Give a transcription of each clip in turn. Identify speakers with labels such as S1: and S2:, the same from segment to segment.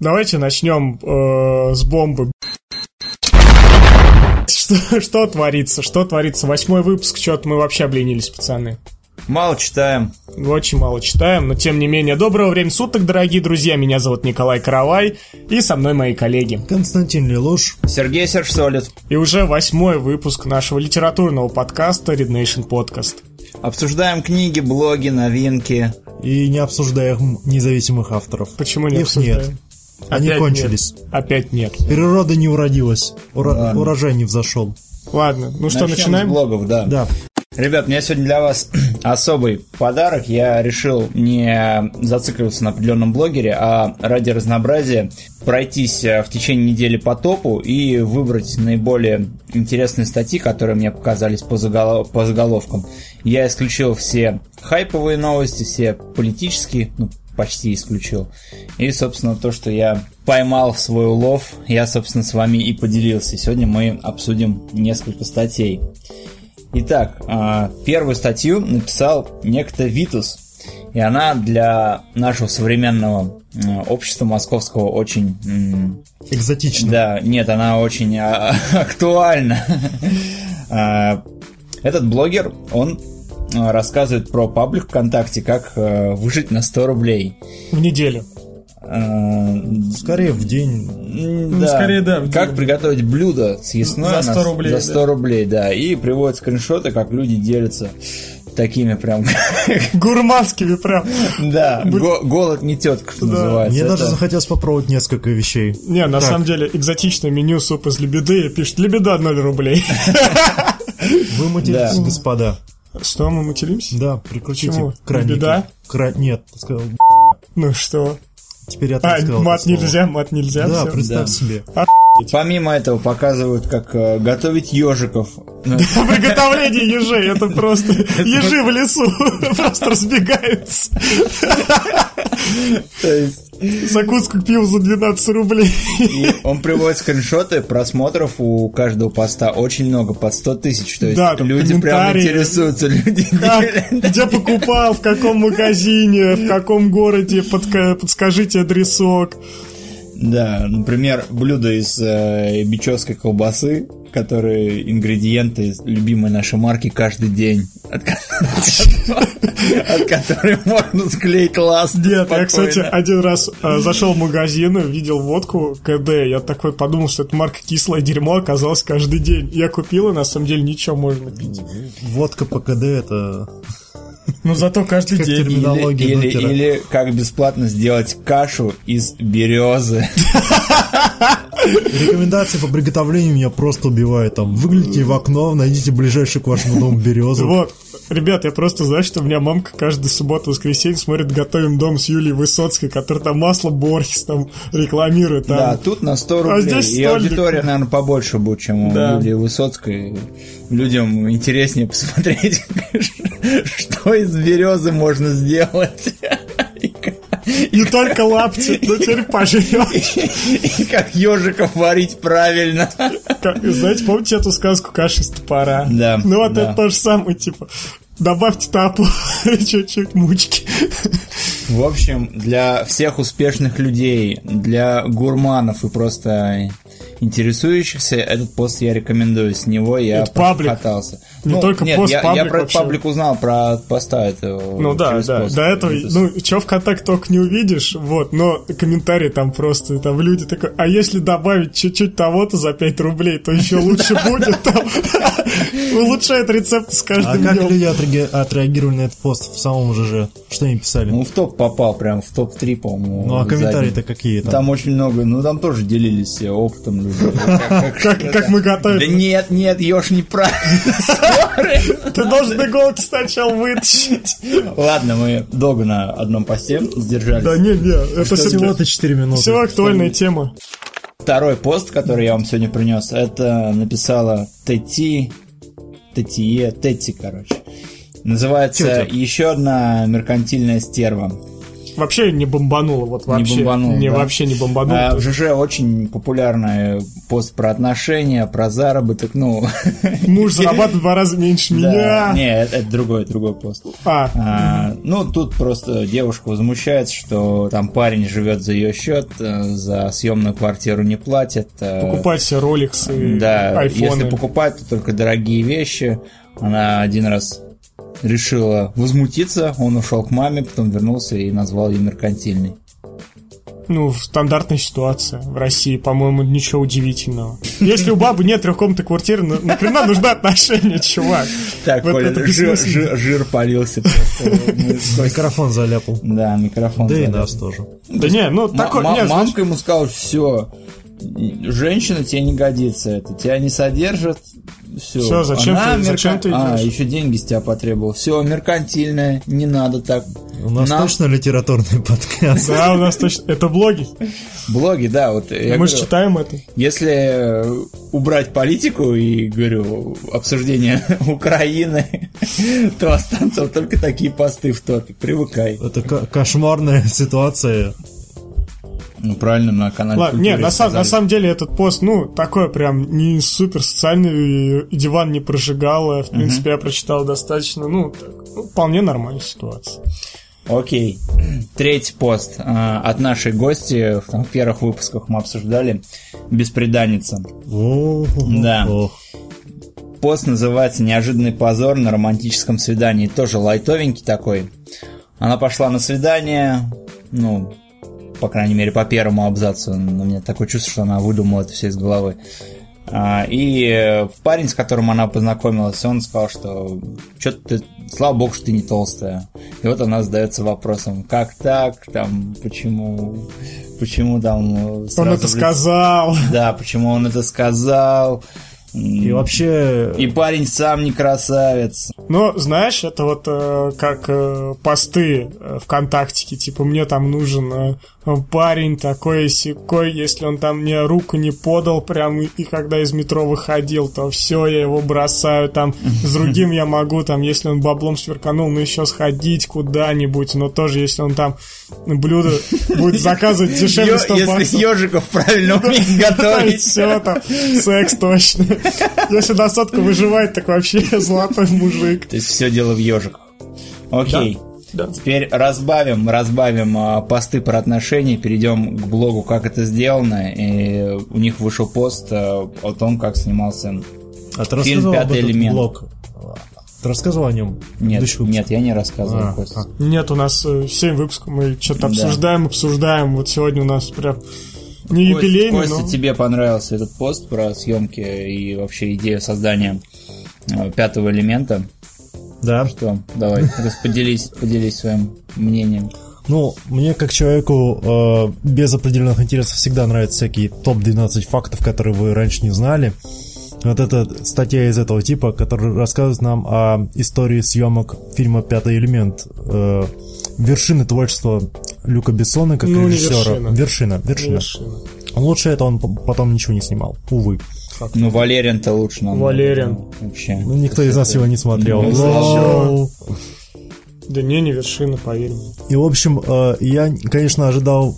S1: Давайте начнем э, с бомбы. Что, что творится? Что творится? Восьмой выпуск, что-то мы вообще обленились, пацаны.
S2: Мало читаем.
S1: Очень мало читаем, но тем не менее. Доброго времени суток, дорогие друзья. Меня зовут Николай Каравай, и со мной мои коллеги.
S3: Константин Лелуш.
S2: Сергей Сержсолид.
S1: И уже восьмой выпуск нашего литературного подкаста Red Nation Podcast.
S2: Обсуждаем книги, блоги, новинки.
S3: И не обсуждаем независимых авторов.
S1: Почему не
S3: Их
S1: обсуждаем?
S3: нет. Они
S1: Опять
S3: кончились.
S1: нет. Опять нет.
S3: Природа не уродилась. Ура-
S2: Ладно.
S3: Урожай не взошел.
S1: Ладно, ну что,
S2: Начнем
S1: начинаем?
S2: С блогов, да.
S3: Да.
S2: Ребят, у меня сегодня для вас особый подарок. Я решил не зацикливаться на определенном блогере, а ради разнообразия пройтись э, в течение недели по топу и выбрать наиболее интересные статьи, которые мне показались по, загол- по заголовкам. Я исключил все хайповые новости, все политические, ну, почти исключил. И, собственно, то, что я поймал в свой улов, я, собственно, с вами и поделился. Сегодня мы обсудим несколько статей. Итак, а, первую статью написал некто Витус. И она для нашего современного м, общества московского очень... м,
S3: Экзотично.
S2: Да, нет, она очень а, актуальна. А, Этот блогер, он а, рассказывает про паблик ВКонтакте, как э, выжить на 100 рублей.
S1: В неделю.
S2: А,
S3: Скорее в день.
S2: М, Да.
S4: Ну, скорее, да.
S2: Как приготовить блюдо съестное
S4: За 100
S2: на с-
S4: рублей,
S2: За
S4: да.
S2: 100 рублей, да. И приводят скриншоты, как люди делятся такими прям.
S1: Гурманскими прям.
S2: Да, го- голод не тетка, что
S1: Да.
S2: называется.
S3: Мне
S2: Это-
S3: даже захотелось попробовать несколько вещей.
S1: Не, на
S3: Так.
S1: самом деле, экзотичное меню суп из лебеды пишет «Лебеда 0 рублей».
S3: Вы материтесь,
S2: Да.
S3: господа.
S1: Что, мы материмся?
S3: Да, прикрутите
S1: Почему?
S3: краники.
S1: Беда?
S3: Кра- Нет, ты сказал, «б***».
S1: Ну что?
S3: теперь я так
S1: А,
S3: сказал. это
S1: мат
S3: слово.
S1: нельзя, мат нельзя.
S3: Да,
S1: всё.
S2: Да.
S3: представь себе.
S2: Помимо этого показывают, как э, готовить ежиков. Ну,
S1: Приготовление ежей, это просто ежи в лесу просто разбегаются.
S2: то есть,
S1: Закуску к пиву за 12 рублей.
S2: и Он приводит скриншоты просмотров у каждого поста очень много, под 100 тысяч. То есть
S1: Да, там
S2: люди прям
S1: комментарии.
S2: интересуются. Люди
S1: Как? Где покупал, в каком магазине, в каком городе, подка- подскажите адресок.
S2: Да, например, блюдо из э, бичевской колбасы, которые ингредиенты из любимой нашей марки каждый день, от, ко- от которой можно склеить ласт.
S1: Нет, я,
S2: спокойно.
S1: кстати, один раз э, зашел в магазин, и видел водку КД, я такой подумал, что это марка кислое дерьмо, оказалось каждый день. Я купил, и на самом деле ничего можно пить.
S3: Водка по КД это...
S1: Но Ну, зато каждый
S3: Как
S1: день.
S3: терминология
S2: Или,
S3: нукера.
S2: или как бесплатно сделать кашу из березы.
S3: Рекомендации по приготовлению меня просто убивают. Там выглядите в окно, найдите ближайший к вашему дому березу.
S1: Вот, ребят, я просто знаю, что у меня мамка каждую субботу, воскресенье смотрит «Готовим дом» с Юлией Высоцкой, которая там масло Борхес там рекламирует. Там.
S2: Да, тут на 100
S1: А
S2: рублей.
S1: здесь
S2: И
S1: стольник.
S2: аудитория, наверное, побольше будет, чем
S1: Да.
S2: у Юлии Высоцкой. Людям интереснее посмотреть, что из березы можно сделать. И как-
S1: Не только лапти, но теперь пожрешь.
S2: И как ежиков варить правильно.
S1: Как- Знаете, помните эту сказку «Каша из топора»?
S2: Да,
S1: Ну вот
S2: да.
S1: это то же самое, типа, добавьте тапу и чуть-чуть мучки.
S2: В общем, для всех успешных людей, для гурманов и просто интересующихся, этот пост я рекомендую. С него я
S1: Это паблик.
S2: катался.
S1: Не только пост,
S2: я, я
S1: паблик
S2: про этот
S1: вообще.
S2: паблик узнал, про от поста этого.
S1: Ну да,
S2: через
S1: да.
S2: пост.
S1: До этого,
S2: Через-
S1: ну, чё ВКонтакте только не увидишь, вот, но комментарии там просто, там люди такой, а если добавить чуть-чуть того-то за 5 рублей, то еще лучше будет, там, улучшает рецепт с
S3: А
S1: каждым
S3: как
S1: днем.
S3: люди отреаги- отреагировали на этот пост в самом ЖЖ? Что они писали?
S2: Ну, в топ попал, прям в топ-3, по-моему.
S3: Ну а
S2: задний.
S3: комментарии-то какие
S2: Там.
S3: там?
S2: очень много, ну там тоже делились все опытом люди. Как- как-
S1: Как, как мы готовим?
S2: Да нет, нет, ешь неправильно.
S1: Ты должен иголки сначала вытащить.
S2: Ладно, мы долго на одном посте задержались.
S1: Да не, не, это все
S3: Всего-то 4 минуты.
S1: все актуальная тема.
S2: Второй пост, который я вам сегодня принес, это написала Тети, Тетие, Тети, короче. Называется
S3: Тетя.
S2: «Еще одна меркантильная стерва».
S1: вообще не бомбануло, вот вообще.
S2: бомбануло,
S1: Не,
S2: да.
S1: вообще не бомбануло.
S2: А
S1: То
S2: в
S1: есть,
S2: ЖЖ очень популярный пост про отношения, про заработок, ну...
S1: Муж зарабатывает в два раза меньше меня.
S2: Да, не, это, это другой, другой пост.
S1: А,
S2: А, ну, тут просто девушка возмущается, что там парень живет за ее счет, э, за съемную квартиру не платит. э,
S1: покупать себе роликсы,
S2: Да,
S1: айфоны.
S2: если покупать, то только дорогие вещи. Она один раз решила возмутиться, он ушел к маме, потом вернулся и назвал ее меркантильной.
S1: Ну, стандартная ситуация в России, по-моему, ничего удивительного. Если у бабы нет трехкомнатной квартиры, на- нахрена нужны отношения, чувак?
S2: Так,
S1: Вот
S2: Коля,
S1: это
S2: жир,
S1: бессмысленно.
S2: жир- жир полился просто. Мы сквозь-
S3: Микрофон заляпал.
S2: Да, микрофон.
S3: Да и
S2: залез.
S3: нас тоже.
S1: Да не, ну,
S2: М-
S1: такой...
S2: ма-
S1: не, знаешь,
S2: Мамка ему сказала, все, женщина тебе не годится, это тебя не содержит, все.
S1: Всё, зачем ты- зачем ты
S2: А,
S1: идёшь?
S2: еще деньги с тебя потребовал. Все, меркантильное, не надо так.
S3: У нас
S2: Нам-
S3: точно литературный подкаст.
S1: Да, у нас точно... Это блоги.
S2: Блоги, да, вот я
S1: Мы
S2: говорю,
S1: же читаем это.
S2: Если э, убрать политику и, говорю, обсуждение Украины, то останутся только такие посты в топе. Привыкай.
S3: Это ко- кошмарная ситуация.
S2: Ну, правильно, на канале
S1: Ладно, не, на, сам- на самом деле этот пост, ну, такой прям не супер социальный, и диван не прожигало. В принципе, я прочитал достаточно, ну, так, ну, вполне нормальная ситуация.
S2: Окей. Третий пост. А, От нашей гости, в там, в первых выпусках мы обсуждали «Беспреданница».
S3: О,
S2: Да.
S3: ох.
S2: Пост называется «Неожиданный позор на романтическом свидании». Тоже лайтовенький такой. Она пошла на свидание, ну, по крайней мере, по первому абзацу. У меня такое чувство, что она выдумала это все из головы. А, И э, парень, с которым она познакомилась, он сказал, что что ты, слава богу, что ты не толстая. И вот она задается вопросом, как так, там, почему, почему там... э,
S1: Он
S2: сразу
S1: это
S2: в лицо-
S1: сказал.
S2: Да, почему он это сказал.
S3: И вообще...
S2: И парень сам не красавец.
S1: Но, знаешь, это вот э, как э, посты э, ВКонтактике, типа, мне там нужен э, парень такой сякой, если он там мне руку не подал, прям, и, и когда из метро выходил, то все, я его бросаю, там, с другим я могу, там, если он баблом сверканул, ну, еще сходить куда-нибудь, но тоже, если он там блюдо будет заказывать дешевле
S2: Ё-
S1: 100
S2: если
S1: баксов.
S2: ежиков правильно умеет готовить.
S1: Все там, секс точно. Если на сотку выживает, так вообще золотой мужик.
S2: То есть все дело в ежиках. Окей.
S1: Да.
S2: Теперь разбавим, разбавим а, посты про отношения, перейдем к блогу, как это сделано. И у них вышел пост а, о том, как снимался.
S3: А ты рассказывал об
S2: «Пятый
S3: этом
S2: элемент».
S3: блог? Ты рассказывал о нем? в
S2: Нет,
S3: предыдущих выпусках?
S2: нет, я не рассказывал.
S3: А,
S2: Кость.
S3: а.
S1: Нет, у нас 7 выпусков, мы что-то
S2: Да.
S1: обсуждаем, обсуждаем. Вот сегодня у нас прям не
S2: Кость-
S1: юбилейный,
S2: Костя,
S1: но...
S2: тебе понравился этот пост про съемки и вообще идею создания а, пятого элемента.
S3: Да.
S2: Что, давай, расподелись, поделись своим мнением.
S3: Ну, мне как человеку э, без определенных интересов всегда нравятся всякие топ-12 фактов, которые вы раньше не знали. Вот эта статья из этого типа, которая рассказывает нам о истории съемок фильма «Пятый элемент». э, вершины творчества Люка Бессона как
S1: Ну, не
S3: режиссера.
S1: вершина.
S3: вершина. Вершина.
S1: Вершина.
S3: Лучше это он п- потом ничего не снимал. Увы.
S2: Ну, Валериан-то лучше нам.
S1: Валериан.
S2: Вообще.
S3: Ну, никто из нас его не смотрел.
S2: Ну,
S3: Лол.
S1: Да не, не вершина, поверь мне.
S3: И, в общем, э, я, конечно, ожидал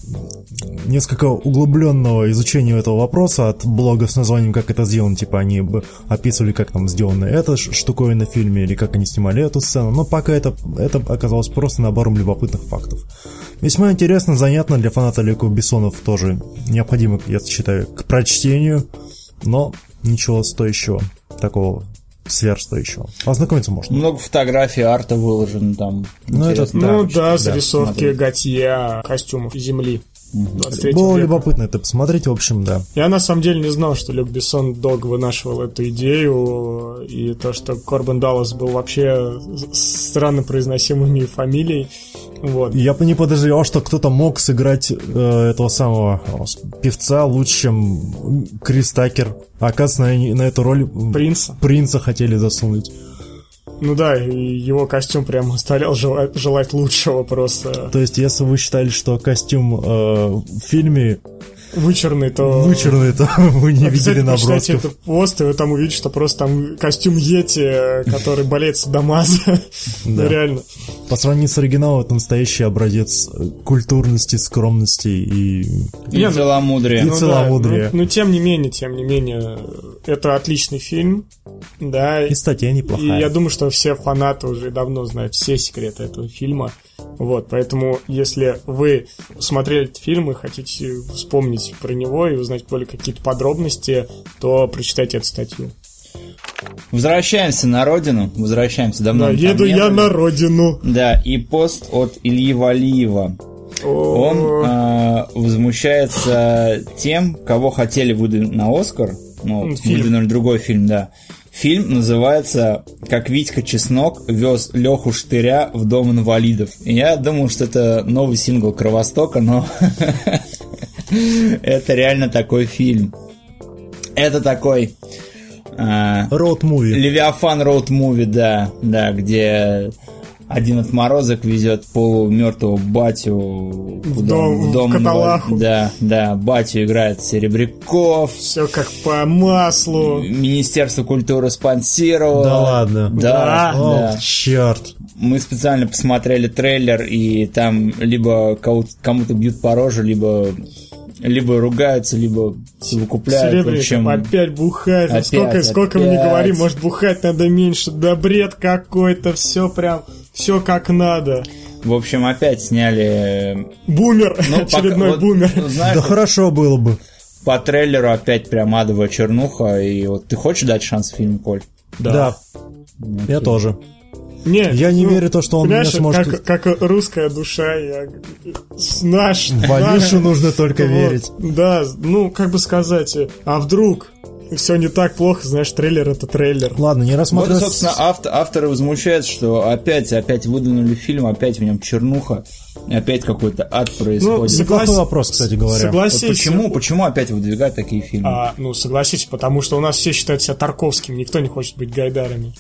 S3: несколько углубленного изучения этого вопроса от блога с названием «Как это сделано». Типа они бы описывали, как там сделана эта ш- штуковина в фильме, или как они снимали эту сцену. Но пока это, это оказалось просто набором любопытных фактов. Весьма интересно, занятно для фаната Люка Бессонов тоже необходимо, я считаю, к прочтению. Но ничего стоящего, такого сверхстоящего. Ознакомиться можно.
S2: Много фотографий, арта выложено там.
S3: Ну, это
S2: Интересно.
S3: Да,
S1: ну
S3: очень-
S1: да,
S3: да,
S1: зарисовки
S2: смотрю.
S1: Готье костюмов земли. 23
S3: Было
S1: века.
S3: любопытно это посмотреть, в общем, да.
S1: Я на самом деле не знал, что Люк Бессон долго вынашивал эту идею, и то, что Корбен Даллас был вообще с- странно произносимыми фамилией. Вот.
S3: Я бы не подозревал, что кто-то мог сыграть э, этого самого э, с- певца лучше, чем м, Крис Такер. А Оказывается, на, на эту роль м,
S1: Принца.
S3: принца хотели засунуть.
S1: Ну да, и его костюм прям оставлял жела- желать лучшего просто.
S3: То есть, если вы считали, что костюм э, в фильме
S1: вычурный, то...
S3: вычурный, то вы не видели
S1: Обязательно почитайте
S3: набросков.
S1: этот пост, и вы там увидите, что просто там костюм Йети, э, который болеет Садамаза.
S3: Да.
S1: Ну, реально.
S3: По сравнению с оригиналом, это настоящий образец э, культурности, скромности и...
S2: И
S1: Я-
S2: целомудрие.
S3: Ну, целомудрие.
S1: Ну, тем не менее, тем не менее, это отличный фильм, да.
S3: И
S1: И
S3: статья неплохая.
S1: я думаю, что все фанаты уже давно знают все секреты этого фильма. Вот, поэтому, если вы смотрели этот фильм и хотите вспомнить про него и узнать более какие-то подробности, то прочитайте эту статью.
S2: Возвращаемся на родину. Возвращаемся
S3: Ну,
S2: давно.
S1: Да,
S2: мы там
S1: еду
S2: не
S1: я
S2: были.
S1: на родину.
S2: Да, и пост от Ильи Валиева. Он
S1: О,
S2: э, возмущается тем, кого хотели выдать на Оскар. Ну,
S1: М, фильм.
S2: выдвинули другой фильм, да. Фильм называется «Как Витька Чеснок вез Леху Штыря в дом инвалидов». И Я думал, что это новый сингл Кровостока, но это реально такой фильм. Это такой... э,
S3: Роуд муви.
S2: Левиафан Роуд Муви, да, да, где один отморозок везет полумертвого батю
S1: В дом, в каталаху.
S2: инвалид- Да, да, батю играет Серебряков.
S1: все как по маслу.
S2: Министерство культуры спонсировало.
S3: Да ладно.
S2: Да,
S1: Да.
S2: да.
S3: О, черт.
S2: Мы специально посмотрели трейлер, и там либо кого- кому-то бьют по роже, либо, либо ругаются, либо выкупляют. В
S1: Серебряников
S2: общем,
S1: опять бухает.
S2: опять,
S1: сколько, сколько мы не
S2: опять.
S1: говорим, может бухать надо меньше. Да бред какой-то, все прям, все как надо.
S2: в общем, опять сняли... э,
S1: Бумер,
S2: Ну, пока-
S1: очередной
S2: вот,
S1: бумер.
S2: знаешь,
S3: да
S2: вот
S3: хорошо было бы.
S2: По трейлеру опять прям адовая чернуха, и вот ты хочешь дать шанс фильму, Коль?
S3: Да. Я тоже.
S1: Не,
S3: Я не
S1: ну,
S3: верю в то, что он меня
S1: Понимаешь,
S3: сможет...
S1: как, как русская душа, я наш.
S3: В Алишу
S1: наш.
S3: нужно только
S1: Вот,
S3: верить.
S1: Да, ну как бы сказать, э, а вдруг все не так плохо, знаешь, трейлер это трейлер.
S3: Ладно, не
S2: Вот,
S3: рассматривать...
S2: собственно, авт- авторы возмущаются, что опять, опять выдвинули фильм, опять в нем чернуха, опять какой-то ад происходит.
S3: Неплохой вопрос, кстати говоря.
S1: Ну,
S2: Вот
S1: Согласись.
S2: почему, почему опять выдвигать такие фильмы?
S1: А, ну, согласитесь, потому что у нас все считают себя Тарковским, никто не хочет быть Гайдарами.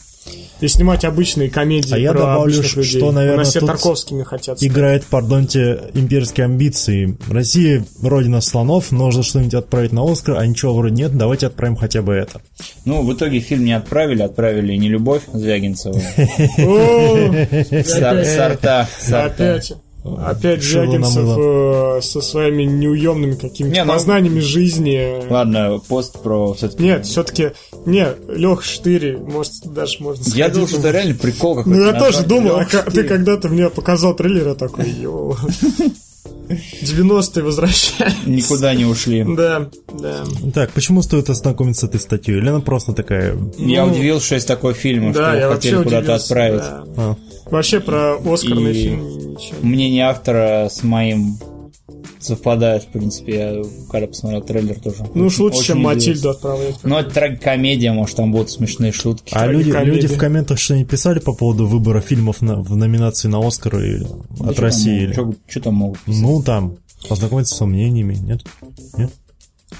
S1: И снимать обычные комедии
S3: А я
S1: про
S3: добавлю,
S1: обычных
S3: что,
S1: людей.
S3: наверное,
S1: у нас все
S3: тут
S1: Тарковскими хотят. стать.
S3: Играет, пардонте, имперские амбиции. Россия — родина слонов, нужно что-нибудь отправить на Оскар, а ничего вроде нет, давайте отправим хотя бы это.
S2: Ну, в итоге фильм не отправили, отправили не любовь Звягинцева.
S1: О,
S2: Сор- Сорта. Сорта.
S1: Опять. Опять
S3: Шило на
S1: Жагинцев
S3: мыло.
S1: э, со своими неуемными какими-то
S2: Не, ну-
S1: познаниями жизни.
S2: Ладно, пост про все-таки.
S1: Нет, все-таки, не, Лех Штыри, может, даже можно сказать.
S2: Я думал, что это реально прикол какой-то.
S1: Ну, я
S2: На
S1: тоже
S2: самом
S1: думал,
S2: деле,
S1: а ка-
S2: ух
S1: ты когда-то мне показал трейлер, я такой, йоу. 90-е возвращаем.
S2: Никуда не ушли.
S1: Да, да.
S3: Так, почему стоит ознакомиться с этой статьей? Или она просто такая...
S2: Я
S1: Ну,
S2: удивился, что есть такой фильм, что
S1: Да, я
S2: его
S1: вообще
S2: хотели куда-то
S1: удивился,
S2: отправить.
S1: да.
S3: а,
S1: Вообще про Оскарный
S2: И-
S1: фильм ничего.
S2: Мнение автора с моим совпадает, в принципе. Я, когда посмотрел трейлер, тоже.
S1: Ну уж лучше,
S2: очень
S1: чем
S2: удивился.
S1: Матильду отправлять.
S2: Ну, это трагикомедия, может, там будут смешные шутки.
S3: а
S1: Трагикомедия.
S3: люди, люди в комментах что-нибудь писали по поводу выбора фильмов на- в номинации на Оскар или от России? или-
S2: Что, там могут?
S3: Ну, там, познакомиться со мнениями, нет? Нет?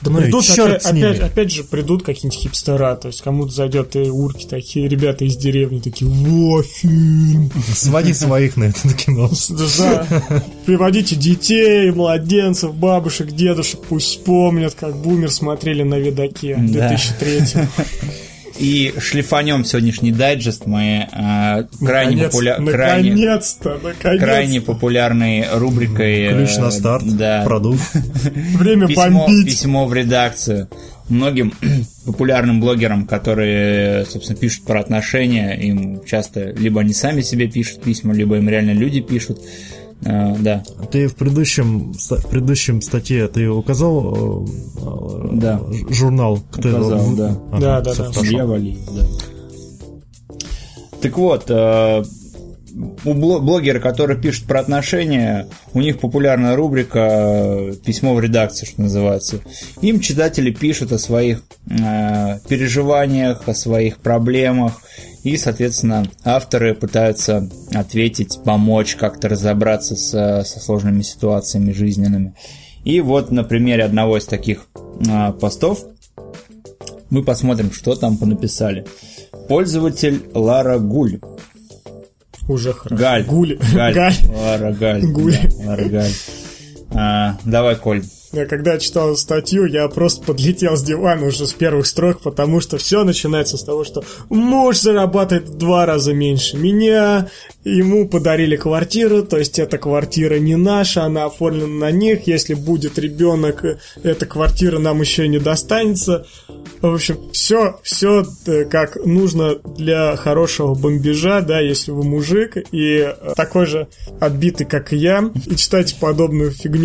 S3: Да ну и
S1: Придут
S3: черт
S1: опять,
S3: с ними.
S1: опять, опять же придут какие-нибудь хипстера, то есть кому-то зайдет и урки такие, ребята из деревни такие, во, фильм.
S3: Своди своих на это кино.
S1: Да. Приводите детей, младенцев, бабушек, дедушек, пусть вспомнят, как бумер смотрели на видаке в
S2: Да.
S1: 2003
S2: И шлифанем сегодняшний дайджест. Мы э, крайне,
S1: Наконец-
S2: популя- крайне,
S1: Наконец-то, наконец-то.
S2: крайне популярной рубрикой... э,
S3: Ключ на старт,
S2: Да.
S3: продукт.
S1: Время
S2: письмо,
S1: бомбить.
S2: письмо в редакцию многим популярным блогерам, которые, собственно, пишут про отношения, им часто либо они сами себе пишут письма, либо им реально люди пишут. Э, да,
S3: Ты в предыдущем, ста- в предыдущем статье ты указал э, э,
S2: Да.
S3: ж- журнал? Кто
S2: Указал,
S3: его-
S2: да.
S3: Ага,
S1: Да, да,
S3: всё
S1: да.
S3: хорошо.
S2: Я Валиев, да. Так вот, э, у бло- блогеры, которые пишут про отношения, у них популярная рубрика э, «Письмо в редакцию», что называется. Им читатели пишут о своих э, переживаниях, о своих проблемах, и, соответственно, авторы пытаются ответить, помочь, как-то разобраться со, со сложными ситуациями жизненными. И вот на примере одного из таких э, постов мы посмотрим, что там понаписали. Пользователь Лара Гуль.
S1: Уже хорошо.
S2: Галь.
S1: Гули.
S2: Галь.
S1: Галь.
S2: Лара Галь.
S1: Гуль.
S2: Да, Лара Галь. А, давай, Коль,
S1: Я когда читал статью, я просто подлетел с дивана уже с первых строк, потому что все начинается с того, что муж зарабатывает в два раза меньше меня, ему подарили квартиру, то есть эта квартира не наша, она оформлена на них, если будет ребенок, эта квартира нам еще и не достанется. В общем, все, все как нужно для хорошего бомбежа, да, если вы мужик и э, такой же отбитый, как и я, и читаете подобную фигню,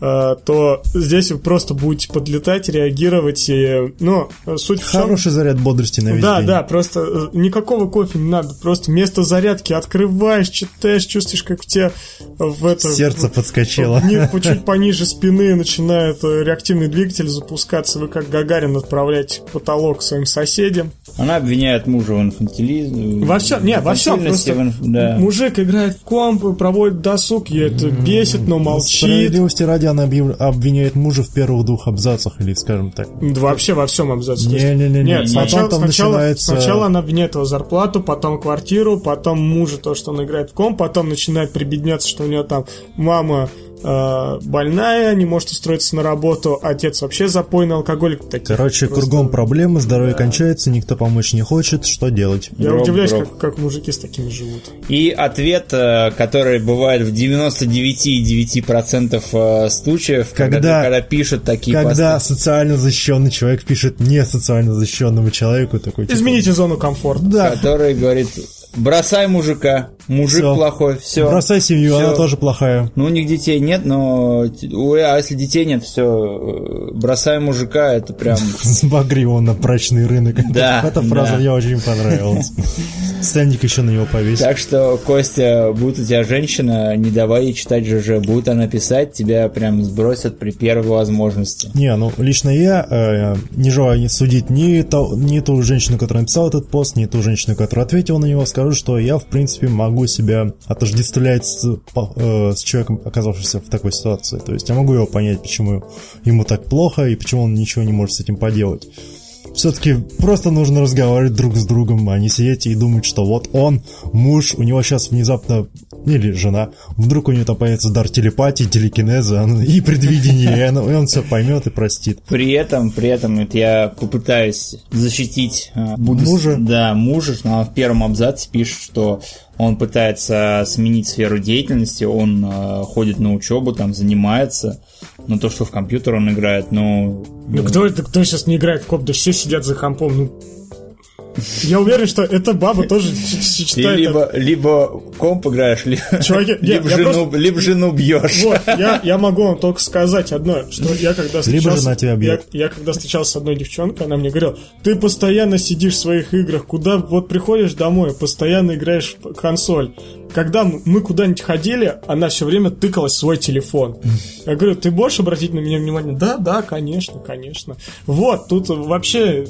S1: А, то здесь вы просто будете подлетать, реагировать и, ну, суть в чем...
S3: Хороший заряд бодрости на весь
S1: Да,
S3: день.
S1: да, просто э, никакого кофе не надо, просто вместо зарядки открываешь, читаешь, чувствуешь, как в те в это...
S3: Сердце подскочило.
S1: Не, чуть пониже спины начинает э, реактивный двигатель запускаться, вы как Гагарин отправляете в потолок своим соседям.
S2: Она обвиняет мужа в инфантилизме.
S1: Во всем, не, во всем просто мужик играет в комп, проводит досуг, ей это бесит, но молчит.
S3: Справедливости ради она объяв- обвиняет мужа в первых двух абзацах, или скажем так.
S1: Да вообще во всем абзаце. То есть-
S3: Не-не-не,
S1: Нет, сначала,
S3: потом там
S1: сначала,
S3: начинается...
S1: сначала она обвиняет его зарплату, потом квартиру, потом мужа, то, что он играет в ком, потом начинает прибедняться, что у нее там мама э, больная, не может устроиться на работу, отец вообще запойный алкоголик. Таких
S3: Короче,
S1: просто-
S3: кругом проблемы, здоровье кончается, никто помочь не хочет, что делать?
S1: Я
S2: Гроб,
S1: удивляюсь,
S2: гроб.
S1: Как, как мужики с такими живут.
S3: Типа.
S2: И ответ, э, который бывает в 99,9% э, случаев, когда,
S3: Когда-
S2: ты- когда пишут такие
S3: Когда
S2: посты.
S3: социально защищенный человек пишет не социально защищенному человеку такой... типа,
S1: Измените зону комфорта.
S3: Да,
S2: Который говорит, бросай мужика, мужик
S3: Всё.
S2: плохой, все.
S3: бросай семью,
S2: Всё.
S3: она тоже плохая.
S2: Ну, у них детей нет, но... т- ой, а если детей нет, все, бросай мужика, это прям...
S3: Сбагри он на прачный рынок.
S2: Да,
S3: Эта фраза
S2: да.
S3: мне очень понравилась. Стендик еще на него повесил.
S2: Так что, Костя, будет у тебя женщина, не давай ей читать ЖЖ, будет она писать, тебя прям сбросят при первой возможности.
S3: Не, ну лично я э, не желаю не судить ни, то- ни ту женщину, которая написала этот пост, ни ту женщину, которая ответила на него. Скажу, что я, в принципе, могу себя отождествлять с, по- э, с человеком, оказавшимся в такой ситуации. То есть я могу его понять, почему ему так плохо и почему он ничего не может с этим поделать. Все-таки просто нужно разговаривать друг с другом, а не сидеть и думать, что вот он, муж, у него сейчас внезапно, или жена, вдруг у нее там появится дар телепатии, телекинеза она- и предвидение, и, она- и он все поймет и простит.
S2: При этом, при этом, это я попытаюсь защитить э, буду с-
S3: Мужа?
S2: Да, мужа, что она в первом абзаце пишет, что он пытается сменить сферу деятельности, он э, ходит на учебу, там занимается, но то, что в компьютер он играет, ну...
S1: Ну кто это, кто сейчас не играет в коп, да все сидят за компом. ну. Я уверен, что эта баба тоже ч- ч-
S2: ты
S1: читает. это.
S2: либо, либо комп играешь, ли-
S1: Чуваки, нет,
S2: либо,
S1: я
S2: жену,
S1: просто-
S2: либо жену бьешь.
S1: Вот, я, я могу вам только сказать одно, что я когда встречался...
S3: жена тебя бьет.
S1: Я, я когда встречался с одной девчонкой, она мне говорила, ты постоянно сидишь в своих играх, куда... Вот приходишь домой, постоянно играешь в консоль. Когда м- мы куда-нибудь ходили, она все время тыкалась в свой телефон. Я говорю, ты можешь обратить на меня внимание? Да, да, конечно, конечно. Вот, тут вообще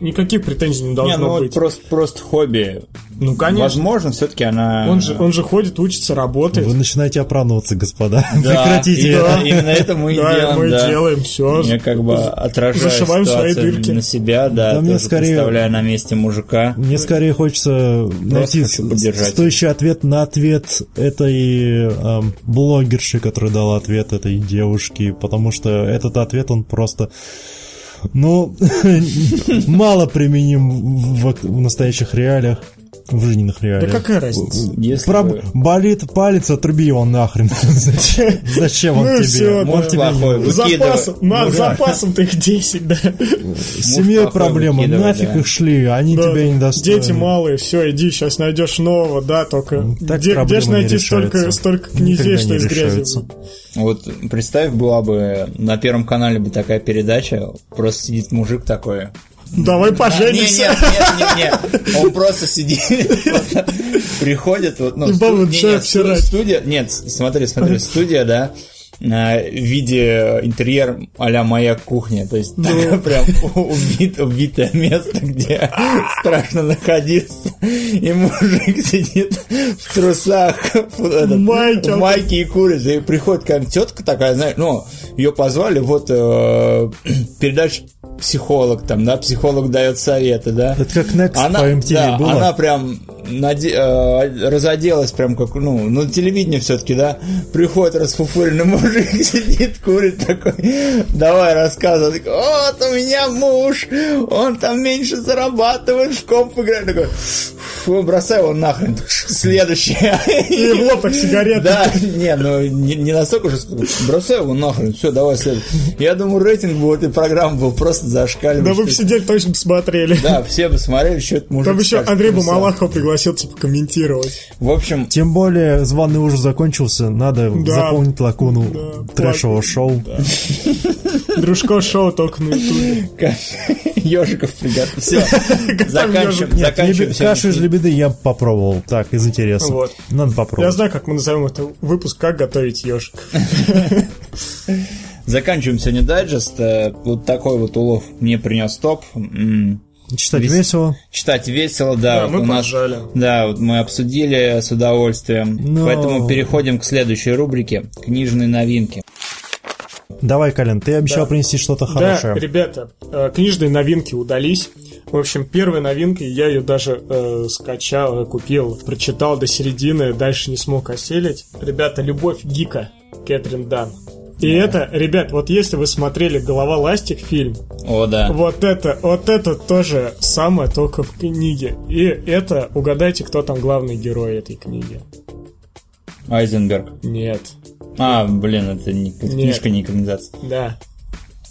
S1: никаких претензий не должно
S2: Не, ну вот
S1: быть.
S2: просто, просто хобби.
S1: Ну, конечно.
S2: Возможно, все-таки она...
S1: Он же, он же ходит, учится, работает.
S3: Вы начинаете оправдываться, господа.
S2: Да,
S3: Прекратите
S2: и-
S3: это.
S2: Именно это мы и
S1: Да,
S2: делаем.
S1: мы
S2: да.
S1: делаем все.
S2: Я как бы отражаю
S1: зашиваем свои
S2: ситуацию
S1: дырки.
S2: на себя, да,
S3: Да
S2: тоже
S3: мне скорее-
S2: представляю на месте мужика.
S3: Мне скорее хочется найти
S2: хочу поддержать.
S3: стоящий ответ на ответ этой эм, блогерши, которая дала ответ этой девушке, потому что этот ответ он просто, ну, мало применим в, в настоящих реалиях, в жизненных
S1: Да
S3: реалиях.
S1: какая разница?
S2: Если
S3: Проб-
S2: бы-
S3: Болит палец, отруби его нахрен. Зачем зачем он
S1: Ну и
S3: тебе?
S1: всё,
S3: Он
S1: да.
S3: тебе не
S2: Плохой.
S3: нужен.
S1: Запасом,
S2: Выкидывай.
S1: на
S2: Ну да.
S1: запасом ты их 10, да.
S3: С семьей
S2: плохой
S3: проблема,
S2: выкидывай,
S3: нафиг
S2: да.
S3: их шли, они
S1: Да,
S3: тебя не достоин.
S1: Дети малые, все, иди, сейчас найдешь нового, да, только.
S3: Ну, Так
S1: Где, где ж
S3: проблемы не
S1: найти
S3: решаются.
S1: столько, столько
S3: Никогда
S1: князей, что
S3: не
S1: из грязи?
S3: решаются.
S1: будет?
S2: Вот представь, была бы на первом канале бы такая передача, просто сидит мужик такой.
S1: Давай
S2: Не, нет,
S1: поженимся.
S2: нет, нет, нет. Он просто сидит, вот, приходит, вот, ну,
S1: И
S2: сту-
S1: бабы
S2: не,
S1: начинают
S2: нет,
S1: всирать.
S2: сту- студия, нет, с- смотри, смотри, студия, да, э, в виде интерьер а-ля моя кухня, то
S3: Ну.
S2: есть такая прям у- убит- убитое место, где страшно находиться, и мужик сидит в трусах, в этот,
S1: майке.
S2: в майке и курит, и приходит какая-нибудь тетка такая, знаешь, ну, ее позвали, вот э, передача психолог там, да, психолог дает советы, да.
S3: Это как Next по MTV
S2: да,
S3: было.
S2: она прям наде- э, разоделась прям как, ну, на телевидении все-таки, да, приходит расфуфуренный мужик, сидит, курит такой, давай рассказывай, такой, вот у меня муж, он там меньше зарабатывает, в комп играет, такой, фу, бросай его нахрен, следующий.
S1: И его так сигареты.
S2: Да, не, ну не, не настолько же сказал. бросай его нахрен, все, давай следуй. Я думаю, рейтинг бы у этой программы был просто зашкаливающий.
S1: Да вы бы сидели, точно посмотрели.
S2: Да, все бы смотрели, что это мужик
S1: Там еще
S2: скажет,
S1: Андрей
S2: написал.
S1: Бамалахова пригласил, типа, комментировать.
S2: В общем,
S3: Тем более, званый ужин закончился, надо
S1: Да.
S3: заполнить лакуну
S1: Да.
S3: трэшевого шоу.
S1: Дружко шоу только на ютубе.
S2: ежиков приготовил. Все, заканчиваем.
S1: ёжик. Нет,
S2: заканчиваем
S3: Лебе-
S2: сегодняшний
S3: Кашу из лебеды я попробовал, так, из интереса.
S1: Вот.
S3: Надо
S1: Я
S3: попробовать.
S1: знаю, как мы назовем это выпуск «Как готовить ежик».
S2: Заканчиваем сегодня дайджест. Э, Вот такой вот улов мне принес топ. М,
S3: Читать
S2: Вес-
S3: весело.
S2: Читать весело, да.
S1: Да,
S2: вот
S1: мы
S2: у нас-
S1: поржали.
S2: Да, вот мы обсудили с удовольствием.
S3: Но-
S2: Поэтому переходим к следующей рубрике «Книжные новинки».
S3: Давай, Кален, ты обещал принести что-то
S1: Да,
S3: хорошее.
S1: ребята, э, книжные новинки удались. В общем, первая новинка, я ее даже э, скачал, э, купил, прочитал до середины, дальше не смог осилить. Ребята, «Любовь Гика» Кэтрин Дан. И это, ребят, вот если вы смотрели «Голова ластик» фильм,
S2: О, да.
S1: вот это, вот это тоже самое, только в книге. И это, угадайте, кто там главный герой этой книги.
S2: Айзенберг.
S1: Нет,
S2: А, блин, это не, это
S1: Нет.
S2: книжка, не экранизация.
S1: да.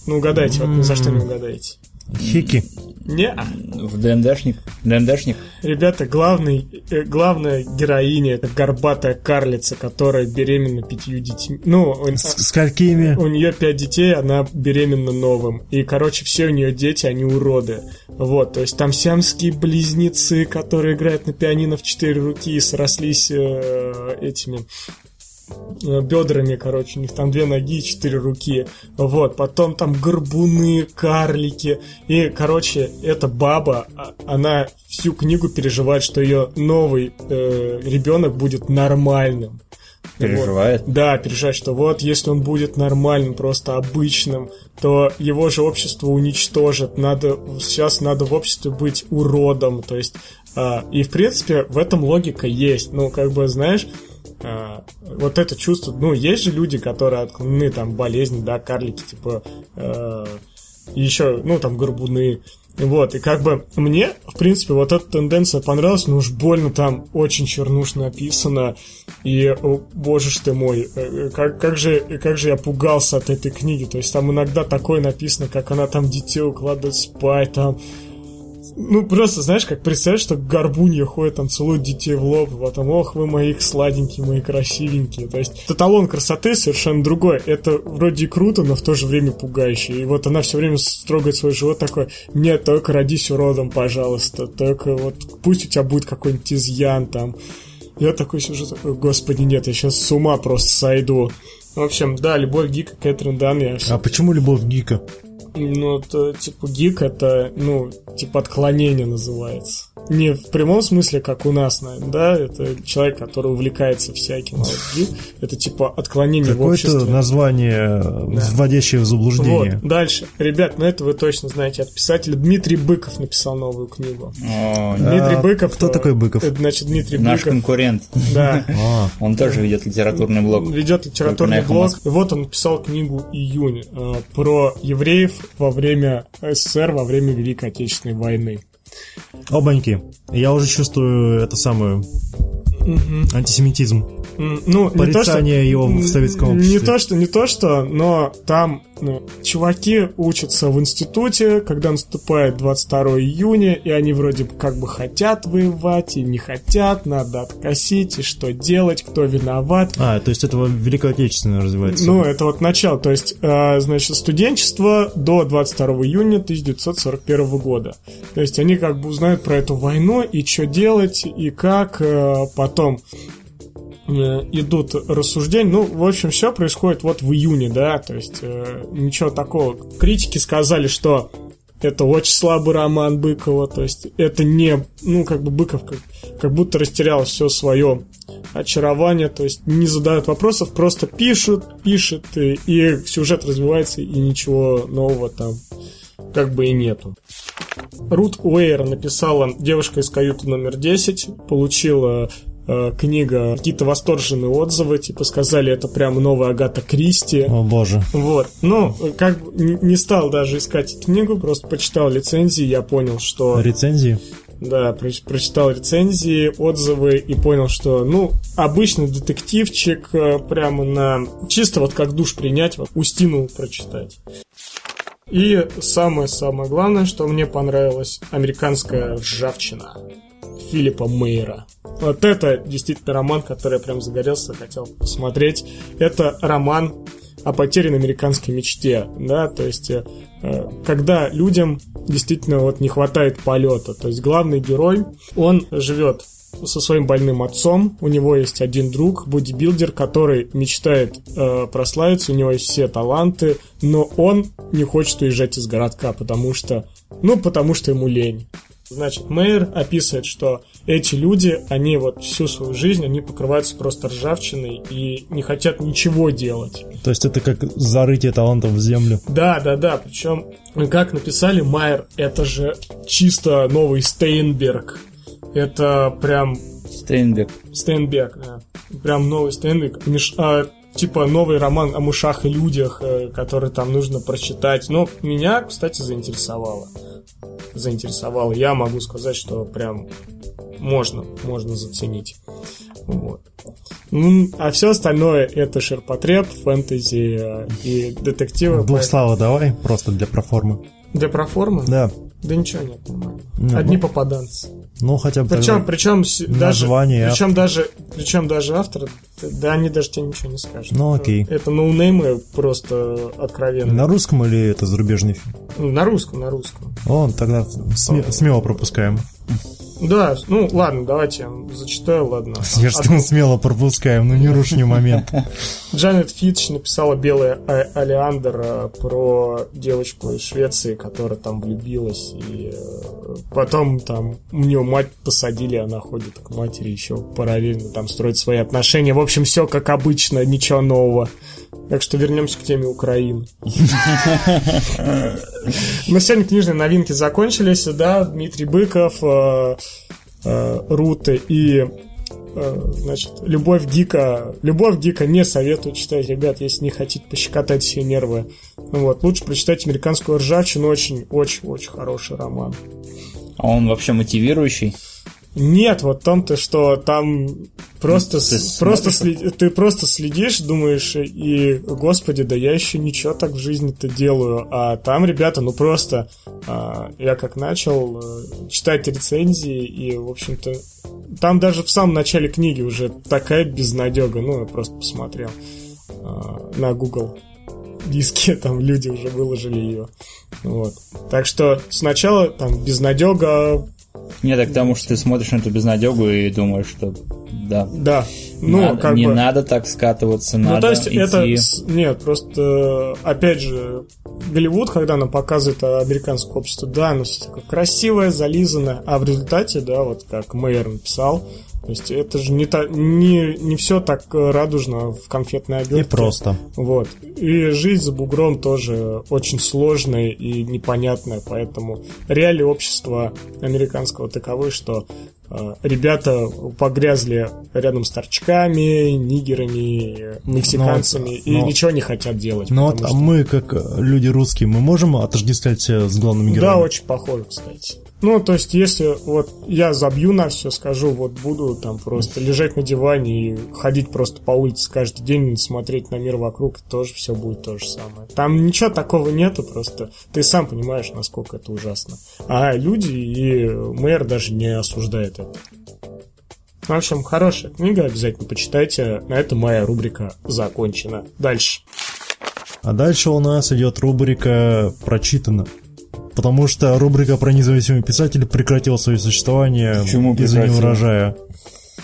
S1: Ну угадайте, вот ни за что не угадаете.
S3: Хики.
S1: Не,
S2: В ДНДшник? ДНДшник?
S1: Ребята, главный, э, главная героиня это горбатая карлица, которая беременна пятью детьми. Ну, он-
S3: С, с какими?
S1: у нее пять детей, она беременна новым. И, короче, все у нее дети, они уроды. Вот, то есть там сиамские близнецы, которые играют на пианино в четыре руки и срослись э, этими э, бедрами, короче, у них там две ноги и четыре руки, вот, потом там горбуны, карлики, и, короче, эта баба, а- она всю книгу переживает, что ее новый э, ребенок будет нормальным. Вот.
S2: Переживает.
S1: Да, переживать, что вот если он будет нормальным, просто обычным, то его же общество уничтожит. Надо сейчас надо в обществе быть уродом, то есть а, и в принципе в этом логика есть. Ну как бы знаешь. а, вот это чувство, ну, есть же люди, которые отклонены, там, болезни, да, карлики, типа, э, и еще, ну, там, горбуны, вот, и как бы мне, в принципе, вот эта тенденция понравилась, но уж больно там очень чернушно написано, и, о, боже ж ты мой, э, э, как, как, же, как же я пугался от этой книги, то есть там иногда такое написано, как она там детей укладывает спать, там, ну, просто, знаешь, как представляешь, что горбунья ходит, там, целует детей в лоб, и потом, ох, вы мои сладенькие, мои красивенькие. То есть, этот эталон красоты совершенно другой. Это вроде и круто, но в то же время пугающе. И вот она все время строгает свой живот такой, нет, только родись уродом, пожалуйста, только вот пусть у тебя будет какой-нибудь изъян там. Я такой сижу, такой, господи, нет, я сейчас с ума просто сойду. В общем, да, любовь Гика, Кэтрин Дан, я
S3: А почему любовь Гика?
S1: ну, то, типа, гик это, ну, типа, отклонение называется. Не в прямом смысле, как у нас, наверное, да, это человек, который увлекается всяким. а вот гик это, типа, отклонение в
S3: Какое-то
S1: обществе.
S3: название, вводящее в
S1: Вот,
S3: заблуждение.
S1: дальше. Ребят, ну это вы точно знаете от писателя. Дмитрий Быков написал новую книгу.
S2: О,
S1: Дмитрий
S3: А,
S1: Быков...
S3: кто
S1: э,
S3: такой Быков?
S1: это, значит, Дмитрий
S2: наш
S1: Быков,
S2: конкурент.
S1: да.
S3: А,
S2: Он тоже ведет литературный блог.
S1: Ведет литературный
S2: Только на
S1: блог.
S2: «Эхо
S1: И вот он написал книгу «Июнь» э, про евреев во время СССР, во время Великой Отечественной войны.
S3: Обаньки. Я уже чувствую это самое антисемитизм.
S1: М, Ну, не то, что,
S3: Порицание его в советском
S1: М, Не
S3: обществе.
S1: то, что, не то, что, но там ну, чуваки учатся в институте, когда наступает 22 июня, и они вроде бы как бы хотят воевать, и не хотят, надо откосить, и что делать, кто виноват.
S3: А, то есть это Великое Отечественное развивается.
S1: Ну, это вот начало, то есть, э, значит, студенчество до 22 июня 1941 года. То есть они как бы узнают про эту войну и что делать, и как э, потом э, идут рассуждения. Ну, в общем, все происходит вот в июне, да, то есть э, ничего такого. Критики сказали, что это очень слабый роман Быкова, то есть это не, ну, как бы Быков как, как будто растерял все свое очарование, то есть не задают вопросов, просто пишут, пишет, и, и сюжет развивается, и ничего нового там как бы и нету. Рут Уэйр написала «Девушка из каюты номер 10», получила э, книга какие-то восторженные отзывы, типа сказали, это прям новая Агата Кристи.
S3: О боже.
S1: Вот. Ну, как бы не не стал даже искать книгу, просто почитал лицензии, я понял, что...
S3: Рецензии?
S1: Да, про- прочитал рецензии, отзывы и понял, что, ну, обычный детективчик э, прямо на... Чисто вот как душ принять, вот, Устину прочитать. И самое-самое главное, что мне понравилось, американская ржавчина Филиппа Мейера. Вот это действительно роман, который я прям загорелся, хотел посмотреть. Это роман о потерянной американской мечте, да, то есть э, когда людям действительно вот не хватает полета, то есть главный герой, он живет со своим больным отцом. У него есть один друг, бодибилдер, который мечтает э, прославиться, у него есть все таланты, но он не хочет уезжать из городка, потому что, ну, потому что ему лень. Значит, Мэйр описывает, что эти люди, они вот всю свою жизнь, они покрываются просто ржавчиной и не хотят ничего делать.
S3: То есть это как зарытие талантов в землю.
S1: Да, да, да, причем, как написали, Майер, это же чисто новый Стейнберг. Это прям
S2: Стейнбек.
S1: Стейнберг, да. э, Прям новый Стейнберг. Миш- а, типа новый роман о мышах и людях, э, который там нужно прочитать. Но меня, кстати, заинтересовало. Заинтересовало. Я могу сказать, что прям можно, можно заценить. Вот. Ну, а все остальное это ширпотреб, фэнтези э, и детективы.
S3: В двух словах давай, просто для проформы.
S1: Для проформы?
S3: Да.
S1: Да ничего нет, нормально.
S3: Ну,
S1: Одни
S3: ну.
S1: попаданцы.
S3: Ну хотя бы
S1: Причем,
S3: тогда-
S1: причем с- даже,
S3: Название.
S1: причем даже, причем даже авторы, да, они даже тебе ничего не скажут.
S3: Ну, окей.
S1: Это ноунеймы просто откровенно.
S3: На русском или это зарубежный фильм?
S1: На русском, на русском.
S3: О, тогда сме- смело пропускаем.
S1: Да, ну ладно, давайте я зачитаю, ладно.
S3: Я же сказал, смело пропускаем, ну не рушни момент.
S1: Джанет Фитч написала «Белый а- Алиандр» э, про девочку из Швеции, которая там влюбилась, и э, потом там у нее мать посадили, она ходит к матери еще параллельно, там строит свои отношения. В общем, все как обычно, ничего нового. Так что вернемся к теме Украины. Мы сегодня книжные новинки закончились, да, Дмитрий Быков, э, э, Рута и э, значит, Любовь Гика. Любовь Гика не советую читать, ребят, если не хотите пощекотать все нервы. Ну Вот, лучше прочитать «Американскую ржавчину», очень-очень-очень хороший роман.
S2: А он вообще мотивирующий.
S1: Нет, вот в том-то, что там просто,
S2: Ты
S1: с- просто
S2: смотришь,
S1: след- ты просто следишь, думаешь, и, господи, да я еще ничего так в жизни-то делаю. А там, ребята, ну просто а, я как начал э, читать рецензии, и, в общем-то, там даже в самом начале книги уже такая безнадега, ну, я просто посмотрел а, на Google диске, там люди уже выложили ее. Вот. Так что сначала там безнадега,
S2: Не, так потому что ты смотришь на эту безнадегу и думаешь, что да.
S1: да. Ну,
S2: надо-
S1: как
S2: не
S1: бы.
S2: надо так скатываться,
S1: Ну,
S2: надо
S1: то есть это...
S2: идти.
S1: с- Нет, просто... э, Опять же, Голливуд, когда нам показывает э, американское общество, да, оно все такое красивое, зализанное, а в результате, да, вот как Мэйер написал, то есть это же не, та, не, не все так э, радужно в конфетной обертке.
S3: И просто.
S1: Вот. И жизнь за бугром тоже очень сложная и непонятная, поэтому реалии общества американского таковы, что э, ребята погрязли рядом с торчками, нигерами, мексиканцами и
S3: но-
S1: ничего не хотят делать.
S3: Ну вот
S1: потому
S3: а
S1: что-
S3: мы, как э, люди русские, мы можем отождествлять себя с главными
S1: Да,
S3: героями?
S1: очень похоже, кстати. Ну, то есть, если вот я забью на все, скажу, вот буду там просто лежать на диване и ходить просто по улице каждый день, смотреть на мир вокруг, тоже все будет то же самое. Там ничего такого нету, просто ты сам понимаешь, насколько это ужасно. А люди и мэр даже не осуждает это. В общем, хорошая книга, обязательно почитайте. На этом моя рубрика закончена. Дальше.
S3: А дальше у нас идет рубрика «Прочитано». Потому что рубрика про независимый писатель прекратила свое существование
S2: Почему
S3: из-за
S2: прекратила?
S3: неурожая.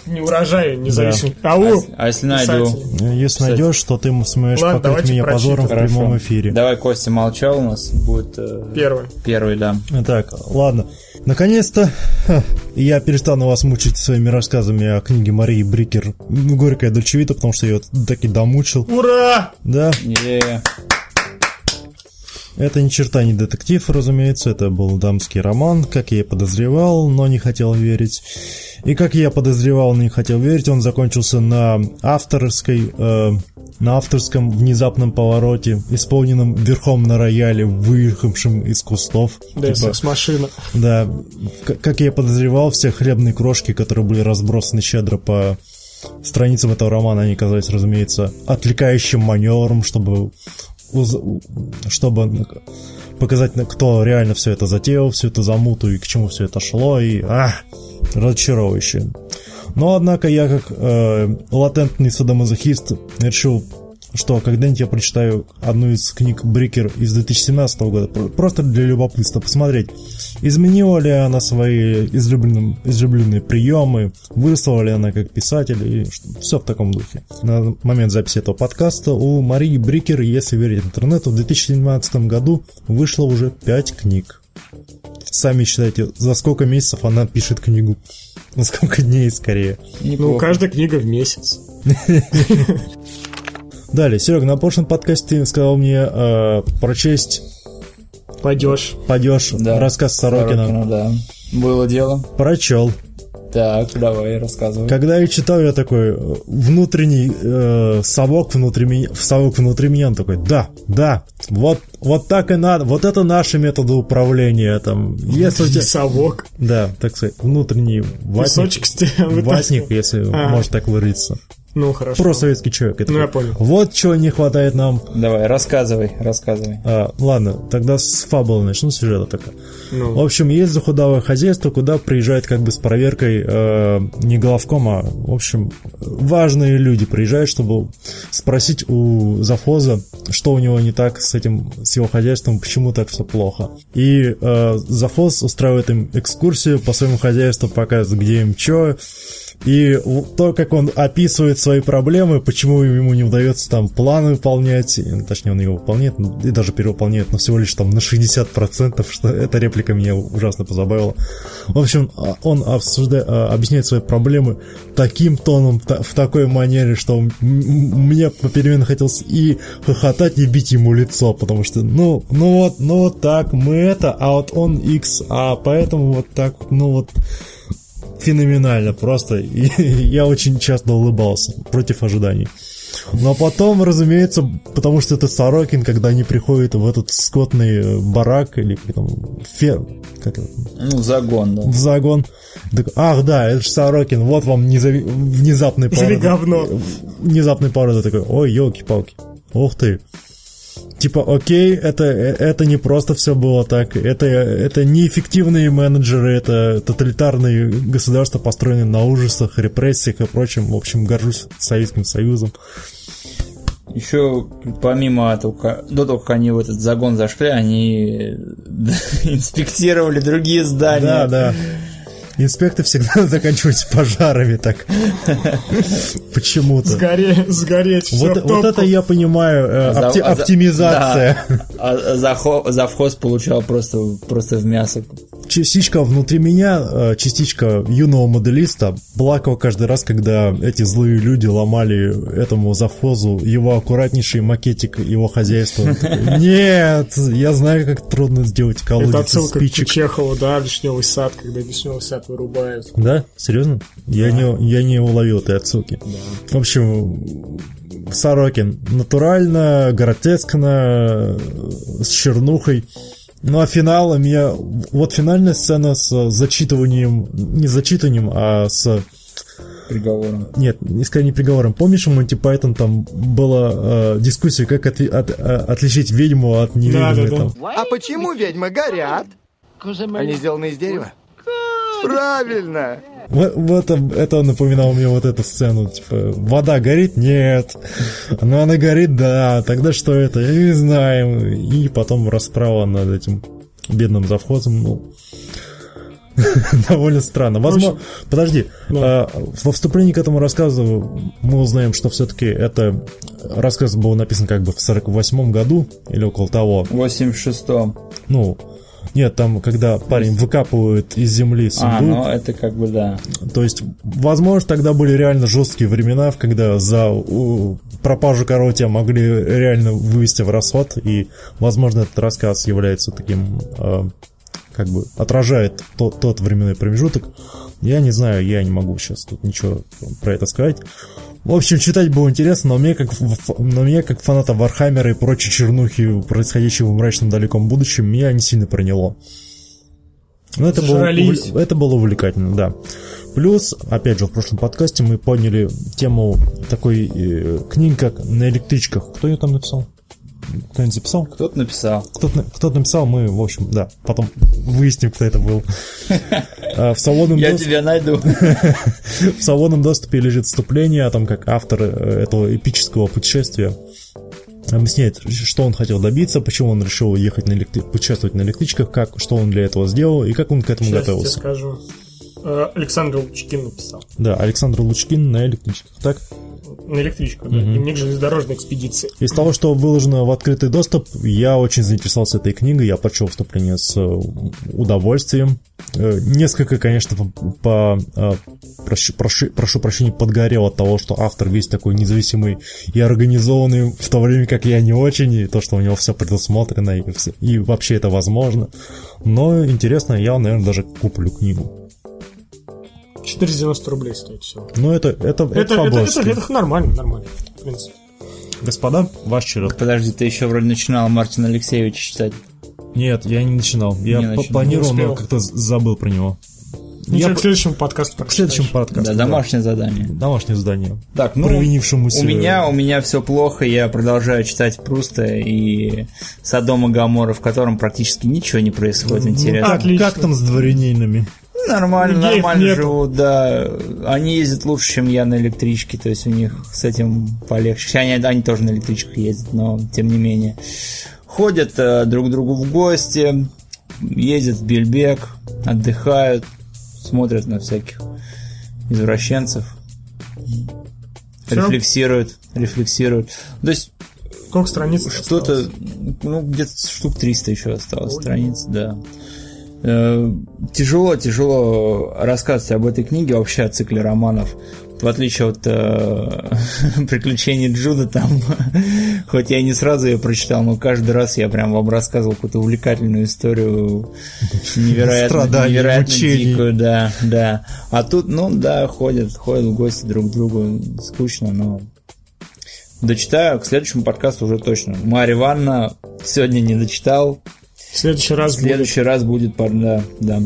S1: не урожая независимо. Ау!
S2: А если найду?
S1: писатель.
S3: Если
S2: Кстати.
S3: найдешь, то ты сможешь
S1: Ладно,
S3: покрыть
S1: давайте
S3: меня позором в
S2: Хорошо.
S3: прямом эфире.
S2: Давай Костя молчал у нас, будет э,
S1: Первое.
S2: первый, да.
S3: Так, ладно. Наконец-то ха, я перестану вас мучить своими рассказами о книге Марии Брикер «Горькая дольчевита», потому что я ее таки домучил.
S1: Ура!
S3: Да,
S2: Е.
S3: это ни черта не детектив, разумеется, это был дамский роман, как я и подозревал, но не хотел верить. И как я подозревал, но не хотел верить, он закончился на авторской... э, на авторском внезапном повороте, исполненном верхом на рояле, выехавшим из кустов.
S1: Да,
S3: Типа,
S1: секс-машина.
S3: Да, к- как я и подозревал, все хлебные крошки, которые были разбросаны щедро по страницам этого романа, они казались, разумеется, отвлекающим маневром, чтобы, уз- чтобы ну, к- показать, на- кто реально все это затеял, всю эту замуту и к чему все это шло, и а, разочаровывающе. Но, однако, я как э, латентный садомазохист решил что когда-нибудь я прочитаю одну из книг Брикер из 2017 года, пр- просто для любопытства посмотреть, изменила ли она свои излюбленные, излюбленные приемы, выросла ли она как писатель, и все в таком духе. На момент записи этого подкаста у Марии Брикер, если верить интернету, в 2017 году вышло уже 5 книг. Сами считайте, за сколько месяцев она пишет книгу, на сколько дней скорее.
S1: Ну,
S2: Неплохо.
S1: каждая книга в месяц.
S3: Далее, Серега, на прошлом подкасте ты сказал мне э, прочесть
S1: Пойдешь.
S3: падеж,
S2: Да.
S3: рассказ Сорокина.
S2: Сорокина, да. Было дело.
S3: Прочел.
S2: Так, давай, рассказывай.
S3: Когда я читал, я такой э, внутренний э, совок внутри меня, совок внутри меня, он такой, да, да, вот, вот так и надо, вот это наши методы управления, там, если у тебя-
S1: Совок.
S3: да, так сказать, внутренний ватник,
S1: Кусочек с тебя
S3: ватник,
S1: вытаскивал.
S3: если
S1: Ага.
S3: можно так выразиться,
S1: Ну, хорошо.
S3: просоветский человек, я
S1: Ну, я
S3: такой,
S1: понял.
S3: вот чего не хватает нам,
S2: Давай, рассказывай, рассказывай.
S3: А, ладно, тогда с фабулы начну, с сюжета только. В
S1: Ну,
S3: общем, есть захудалое хозяйство, куда приезжает как бы с проверкой э, не головком, а, в общем, важные люди приезжают, чтобы спросить у завхоза, что у него не так с этим, с его хозяйством, почему так все плохо. И э, завхоз устраивает им экскурсию по своему хозяйству, показывает, где им что, и л- то, как он описывает свои проблемы, почему ему не удается там план выполнять, и, ну, точнее, он его выполняет, ну, и даже перевыполняет, но всего лишь там на 60%, что эта реплика меня ужасно позабавила. В общем, а, он обсуждает, объясняет свои проблемы таким тоном, та- в такой манере, что м- м- мне попеременно хотелось и хохотать, и бить ему лицо, потому что, ну, ну вот, ну вот так, мы это, а вот он X, а поэтому вот так, ну вот феноменально просто. И я очень часто улыбался против ожиданий. Но потом, разумеется, потому что это Сорокин, когда они приходят в этот скотный э, барак или как там, фер- как это,
S2: Ну, загон, да.
S3: в загон. Так, Ах, да, это же Сорокин, вот вам незави- внезапный
S1: Или говно.
S3: Внезапный поворот такой, ой, елки-палки, ух ты. Типа, окей, это, это не просто все было так, это, это неэффективные менеджеры, это тоталитарные государства, построенные на ужасах, репрессиях и прочем. В общем, горжусь Советским Союзом.
S2: Еще помимо этого, ка- до того, как они в этот загон зашли, они э, инспектировали другие здания.
S3: Да, да. Инспекты всегда заканчиваются пожарами так. Почему-то.
S1: сгоре- сгореть. всё
S3: Вот,
S1: в
S3: вот это
S1: топку.
S3: я понимаю, э,
S2: За-
S3: опти-
S2: а за-
S3: оптимизация.
S2: да. А захо- завхоз получал просто, просто в мясо.
S3: Частичка внутри меня, э, частичка юного моделиста плакал каждый раз, когда эти злые люди ломали этому завхозу его аккуратнейший макетик его хозяйства. Он такой, Нет, я знаю, как трудно сделать
S1: Это
S3: колодец из
S1: отсылка к
S3: спичек.
S1: Чехову, да, вишневый сад, когда вишневый сад вырубают.
S3: Да? Серьезно? Я, не, я не уловил этой отсылки. В общем, Сорокин. Натурально, гротескно, э, с чернухой. Ну а финал у меня... Вот финальная сцена с зачитыванием... Не зачитанием, а с...
S2: Приговором.
S3: Нет, не скорее не приговором. Помнишь, у Монти Пайтон там была э, дискуссия, как отли- от- э, отличить ведьму от неведьмы?
S1: да.
S3: там?
S4: А почему ведьмы горят? Они сделаны из дерева. Правильно!
S3: Вот, вот об- это напоминало мне вот эту сцену, типа, вода горит? Нет. Но она горит, да. Тогда что это? Я не знаю. И потом расправа над этим бедным завхозом. Ну, Довольно странно.
S2: Ну,
S3: Возможно, подожди,
S1: Да.
S3: э, во вступлении к этому рассказу мы узнаем, что все-таки это рассказ был написан как бы в 48 году или около того.
S2: В 86-м.
S3: Ну, нет, там, когда парень выкапывает из земли
S2: А,
S3: сундук,
S2: ну это как бы да.
S3: то есть, возможно, тогда были реально жесткие времена, в когда за у, пропажу коровы тебя могли реально вывести в расход, и, возможно, этот рассказ является таким, э, как бы, отражает то- тот временной промежуток. Я не знаю, я не могу сейчас тут ничего про это сказать. В общем, читать было интересно, но мне как, ф- ф- но мне как фаната Вархаммера и прочей чернухи, происходящей в мрачном далеком будущем, меня не сильно проняло. Но Ну, это было,
S1: Зажрались.
S3: увл- это было увлекательно, да. Плюс, опять же, в прошлом подкасте мы подняли тему такой э, книги, как «На электричках». Кто ее там написал? Кто-нибудь записал?
S2: Кто-то написал.
S3: Кто-то, на- кто-то написал, мы, в общем, да, потом выясним, кто это был. А, В салонном
S2: Я
S3: доступе...
S2: тебя найду.
S3: В свободном доступе лежит вступление о том, как автор э, этого эпического путешествия объясняет, что он хотел добиться, почему он решил ехать на электри- путешествовать на электричках, как, что он для этого сделал и как он к этому
S1: Сейчас я тебе
S3: готовился.
S1: скажу. Э, Александр Лучкин написал.
S3: Да, Александр Лучкин на электричках. Так,
S1: На электричку, да. И мне к железнодорожной экспедиции.
S3: из того, что выложено в открытый доступ, я очень заинтересовался этой книгой, я прочел вступление с э, удовольствием. Э, Несколько, конечно, по, по, э, прощу, прошу- прошу прощения, подгорел от того, что автор весь такой независимый и организованный, в то время как я не очень, и то, что у него все предусмотрено, и, всё- и вообще это возможно. Но интересно, я, наверное, даже куплю книгу.
S1: 490 рублей стоит все.
S3: Но это, это, это,
S1: Это, это,
S3: побольше.
S1: это, это нормально, нормально. В принципе.
S3: Господа, ваш черед.
S2: Подожди, ты еще вроде начинал Мартина Алексеевича читать.
S3: Нет, я не начинал. Я
S2: Не
S3: п-
S2: начинал.
S3: планировал,
S1: Не
S3: но
S1: успел.
S3: как-то з- забыл про него.
S1: Ничего,
S3: Я
S1: к
S3: п-
S1: следующему подкасту
S3: к следующему подкасту.
S2: Да,
S3: да.
S2: домашнее задание.
S3: Домашнее задание.
S2: Так, ну,
S3: Провинившемуся.
S2: у меня, у меня все плохо, я продолжаю читать Пруста и Содома Гамора, в котором практически ничего не происходит
S3: Ну,
S2: интересного.
S3: как,
S1: Отлично.
S3: как там с дворянинами?
S2: Ну, Нормально,
S1: Геев
S2: нормально
S1: нету.
S2: живут, да. Они ездят лучше, чем я на электричке, то есть у них с этим полегче. Хотя Они, они тоже на электричках ездят, но тем не менее. Ходят э, друг к другу в гости, ездят в Бельбек, отдыхают, смотрят на всяких извращенцев,
S1: Всё?
S2: рефлексируют, рефлексируют. То есть
S1: Сколько страниц?
S2: что-то,
S1: осталось?
S2: ну, где-то штук 300 еще осталось страниц, да. Э, Тяжело, тяжело рассказывать об этой книге, вообще о цикле романов. В отличие от э, приключений Джуда, там, хоть я и не сразу ее прочитал, но каждый раз я прям вам рассказывал какую-то увлекательную историю, невероятно,
S3: Страданий,
S2: невероятно
S3: мучений.
S2: дикую, да, да. А тут, ну да, ходят, ходят в гости друг к другу, скучно, но Дочитаю к следующему подкасту уже точно. Марья Ивановна сегодня не дочитал.
S1: В следующий
S2: В
S1: раз будет.
S2: следующий раз будет пар- да, да.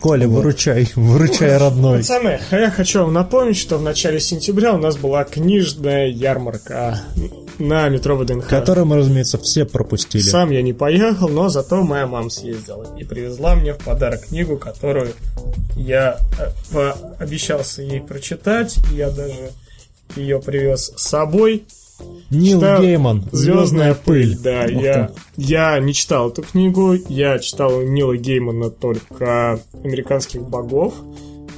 S3: Коля, выручай, выручай, родной.
S1: Пацаны, а я хочу вам напомнить, что в начале сентября у нас была книжная ярмарка на метро ВДНХ.
S3: Который мы, разумеется, все пропустили.
S1: Сам я не поехал, но зато моя мама съездила и привезла мне в подарок книгу, которую я э, пообещался ей прочитать. и Я даже ее привез с собой.
S3: Нил
S1: Читаю
S3: Гейман.
S1: «Звездная
S3: Звездная пыль.
S1: Да,
S2: Ух
S1: я, я не читал эту книгу, я читал у Нила Геймана только «Американских богов».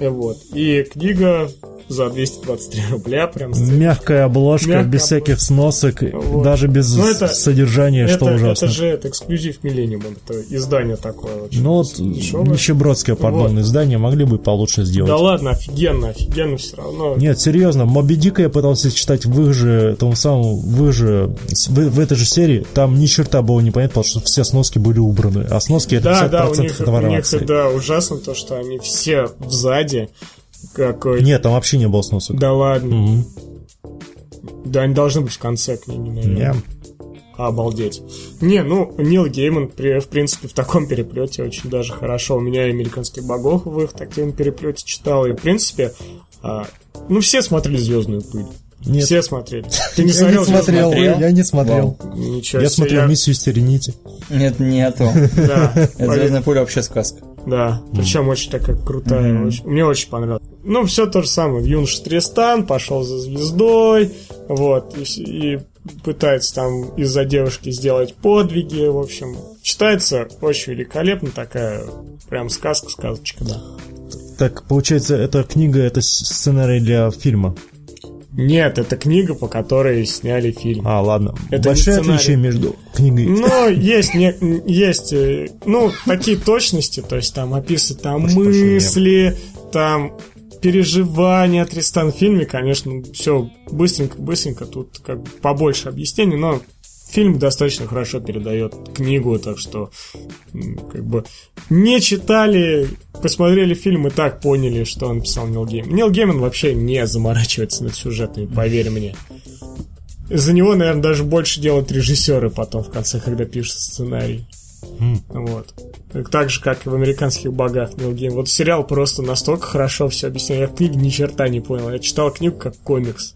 S1: Э, Вот. И книга за 223 рубля прям с-
S3: Мягкая обложка,
S1: Мягкая
S3: без
S1: обложка.
S3: всяких сносок,
S1: Вот.
S3: даже без
S1: Ну, это-
S3: содержания,
S1: это,
S3: что ужасно.
S1: это же это эксклюзив Миллениум, это издание такое очень
S3: Ну вот,
S1: дешевое.
S3: нищебродское, пардон,
S1: Вот.
S3: издание могли бы получше сделать.
S1: Да ладно, офигенно, офигенно все равно.
S3: Нет, серьезно, Моби Дика я пытался читать в их же, том самом, в их же, с- в, в этой же серии, там ни черта было непонятно, потому что все сноски были убраны, а сноски это
S1: Да,
S3: 50%
S1: да, у них, у
S3: информации.
S1: них, да, ужасно то, что они все сзади. Какой...
S3: Нет, там вообще не было сносок.
S1: Да ладно.
S3: Мгм.
S1: Да, они должны быть в конце книги, наверное.
S3: Не.
S1: Обалдеть. Не, ну, Нил Гейман, при- в принципе, в таком переплете очень даже хорошо. У меня и «Американских богов» в их таком переплете читал. И, в принципе, а, ну, все смотрели «Звездную пыль».
S3: Нет.
S1: Все смотрели. Ты не
S3: Я
S1: смотрел
S3: не смотрел,
S1: «Звездную
S2: смотрел?
S3: я не смотрел.
S1: пыль»? Ничего
S3: Я
S1: себе,
S3: смотрел «Миссию Стерените».
S2: Нет, нету.
S1: Да,
S2: Это
S1: поверь.
S2: «Звездная пуля» вообще сказка.
S1: Да, причем очень такая крутая.
S2: Мгм.
S1: очень- мне очень понравилось. Ну, все то же самое. Юнош Тристан пошел за звездой, вот, и, с- и пытается там из-за девушки сделать подвиги, в общем, читается очень великолепно, такая прям сказка-сказочка, да.
S3: Так, получается, эта книга — это с- сценарий для фильма.
S1: Нет, это книга, по которой сняли фильм.
S3: А, ладно.
S1: Это
S3: Большие
S1: не сценарий. Ну,
S3: отличия между книгой.
S1: Но есть, не- есть, э, ну, такие точности, то есть там описывают там
S3: Прошу прощения.
S1: мысли, там переживания Тристан в фильме, конечно, все быстренько-быстренько, тут как бы побольше объяснений, но фильм достаточно хорошо передает книгу, так что м, как бы не читали, посмотрели фильм и так поняли, что он писал Нил Гейман. Нил Гейман вообще не заморачивается над сюжетами, поверь мне. За него, наверное, даже больше делают режиссеры потом в конце, когда пишут сценарий.
S3: М.
S1: Вот. Так, так же, как и в американских богах Нил Гейман. Вот сериал просто настолько хорошо все объяснял. Я в книге ни черта не понял. Я читал книгу как комикс.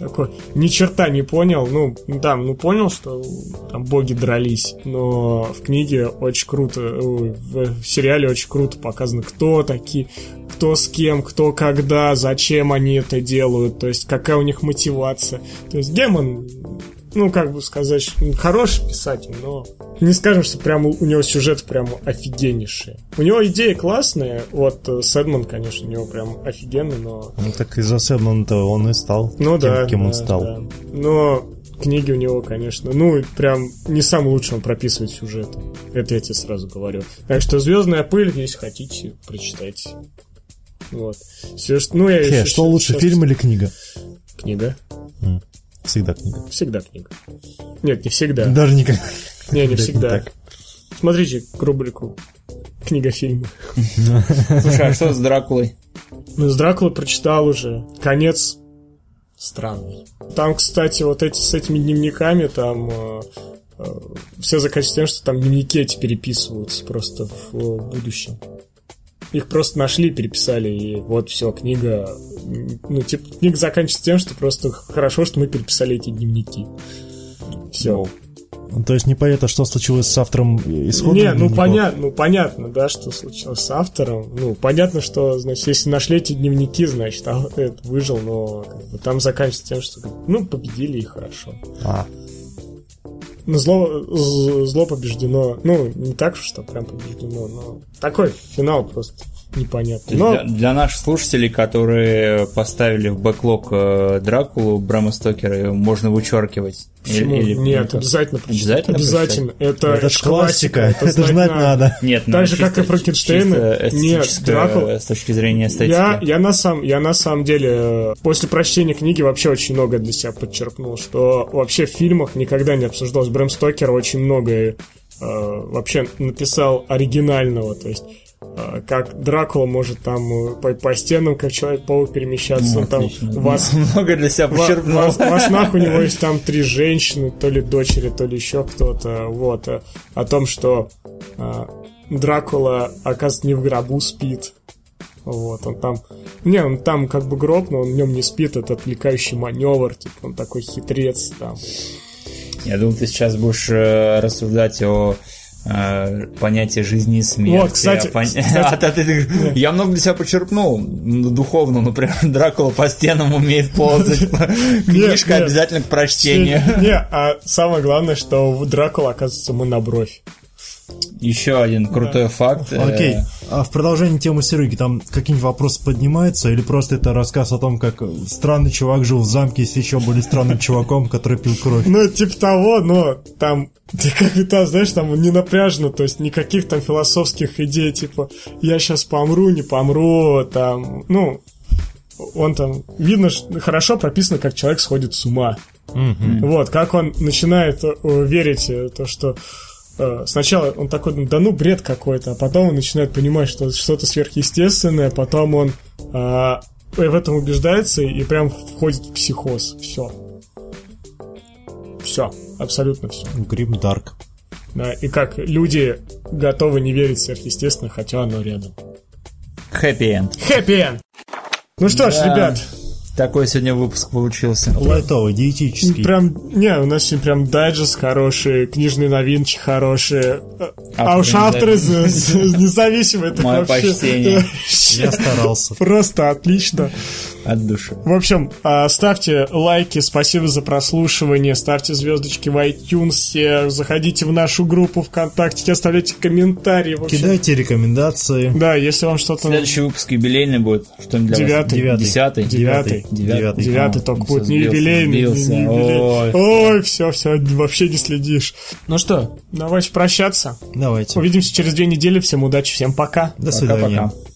S1: Такой, ни черта не понял. Ну, да, ну понял, что там боги дрались. Но в книге очень круто, э, в в сериале очень круто показано, кто такие, кто с кем, кто когда, зачем они это делают, то есть какая у них мотивация. То есть Гемон, ну, как бы сказать, что он хороший писатель, но не скажем, что прям у него сюжет прям офигеннейший. У него идеи классные, вот э, Сэдман, конечно, у него прям офигенный, но...
S3: Ну, так из-за Сэдмана-то он и стал
S1: Ну
S3: тем,
S1: да.
S3: кем он
S1: да,
S3: стал.
S1: да. Но книги у него, конечно, ну, и прям не сам лучше он прописывает сюжет. Это я тебе сразу говорю. Так что «Звездная пыль», если хотите, прочитайте. Вот. Все, что, ну, я
S3: Хе,
S1: ещё
S3: а что
S1: щас-
S3: лучше,
S1: щас-
S3: фильм или книга?
S1: Книга.
S3: Всегда книга.
S1: Всегда книга. Нет, не всегда.
S3: Даже никогда.
S1: Не, не
S3: Блядь,
S1: всегда.
S3: так.
S1: Смотрите рубрику книга-фильмы.
S2: Слушай, а что с Дракулой?
S1: Ну, с Дракулы прочитал уже. Конец странный. Там, кстати, вот эти с этими дневниками, там э, э, все заканчивается тем, что там дневники эти переписываются просто в э, будущем. Их просто нашли, переписали, и вот все, книга... м, Ну, типа, книга заканчивается тем, что просто хорошо, что мы переписали эти дневники. Все.
S3: То есть непонятно, что случилось с автором исхода. Типа,
S1: Не, ну
S3: дневников.
S1: понятно, ну понятно, да, что случилось с автором. Ну, понятно, что, значит, если нашли эти дневники, значит, а этот выжил, но как бы, там заканчивается тем, что как бы, ну, победили и хорошо.
S3: А,
S1: Но зло, з- зло побеждено. Ну, не так, что прям побеждено, но такой финал просто
S2: То
S1: непонятный.
S2: есть
S1: Но
S2: Для, для наших слушателей, которые поставили в бэклог э, Дракулу Брама Стокера, её можно вычеркивать.
S1: почему?
S2: Или- или-
S1: Нет,
S2: ну,
S1: обязательно прочитать.
S2: Обязательно
S1: Обязательно. Это,
S3: это ж классика, это,
S1: знать
S3: знать надо.
S2: Нет, ну,
S1: Так же, как и про Кинштейна.
S2: чисто
S1: Нет,
S2: эстетическое,
S1: Дракула-
S2: С точки зрения эстетики.
S1: Я, я, на сам, я на самом деле э, после прочтения книги вообще очень много для себя подчеркнул, что вообще в фильмах никогда не обсуждалось. Брэм Стокер очень многое э, вообще написал оригинального, то есть э, как Дракула может там э, по, по стенам, как Человек-паук перемещаться,
S2: Ну,
S1: он там
S2: отлично.
S1: вас...
S2: много для себя
S1: Во,
S2: почерпнул.
S1: во- во снах у него есть там три женщины, то ли дочери, то ли еще кто-то. Вот. э, О том, что э, Дракула, оказывается, не в гробу спит. Вот, он там... Не, он там как бы гроб, но он в нем не спит, это отвлекающий маневр, типа, он такой хитрец там.
S2: Я думал, ты сейчас будешь э, рассуждать о э, понятии жизни и смерти.
S1: Вот, кстати,
S2: о пон-
S1: кстати.
S2: А то ты- ты- я много для себя почерпнул ну, духовно, например, Дракула по стенам умеет ползать. Книжка
S1: нет.
S2: обязательно к прочтению.
S1: Не, а самое главное, что у Дракула, оказывается, монобровь.
S2: Еще один крутой факт. э,
S3: Окей. А в продолжении темы Сереги там какие-нибудь вопросы поднимаются? Или просто это рассказ о том, как странный чувак жил в замке и с еще более странным чуваком, который пил кровь?
S1: Ну, типа того, но там, ты как и там, знаешь, там не напряжено, то есть никаких там философских идей, типа, я сейчас помру, не помру, там, ну, он там, видно, ш- хорошо прописано, как человек сходит с ума. Вот, как он начинает э, э, верить, э, то, что э, Сначала он такой, думает, да ну, бред какой-то, а потом он начинает понимать, что это что-то сверхъестественное, потом он э, в этом убеждается и прям входит в психоз. Все. Все, абсолютно все.
S3: Грим Дарк.
S1: Да, и как люди готовы не верить в сверхъестественное, хотя оно рядом.
S2: Хэппи-энд.
S1: Хэппи энд! Ну что ж,
S2: Да.
S1: ребят,
S2: Такой сегодня выпуск получился.
S3: Лайтовый, диетический.
S1: прям, не, у нас сегодня прям дайджест хороший, книжные новинки хорошие, а, а уж авторы з- з- независимые, так
S2: Мое
S1: вообще-
S2: почтение.
S3: Я старался.
S1: Просто отлично.
S2: А, От души.
S1: В общем, а, ставьте лайки, спасибо за прослушивание, ставьте звездочки в iTunes, э, заходите в нашу группу ВКонтакте, оставляйте комментарии. в общем.
S3: Кидайте рекомендации.
S1: Да, если вам что-то...
S2: Следующий выпуск юбилейный будет. Что для
S1: Девятый.
S2: вас?
S3: Девятый.
S2: Десятый.
S1: Девятый.
S2: Девятый.
S1: Девятый
S2: А,
S1: только
S2: всё,
S1: будет, не
S2: сбился,
S1: юбилейный, не- не
S2: сбился.
S1: юбилейный.
S2: Ой.
S1: Ой, все, все, вообще не следишь. Ну что, давайте прощаться.
S3: Давайте.
S1: Увидимся через две недели. Всем удачи, всем пока.
S3: До свидания.
S2: Пока-пока.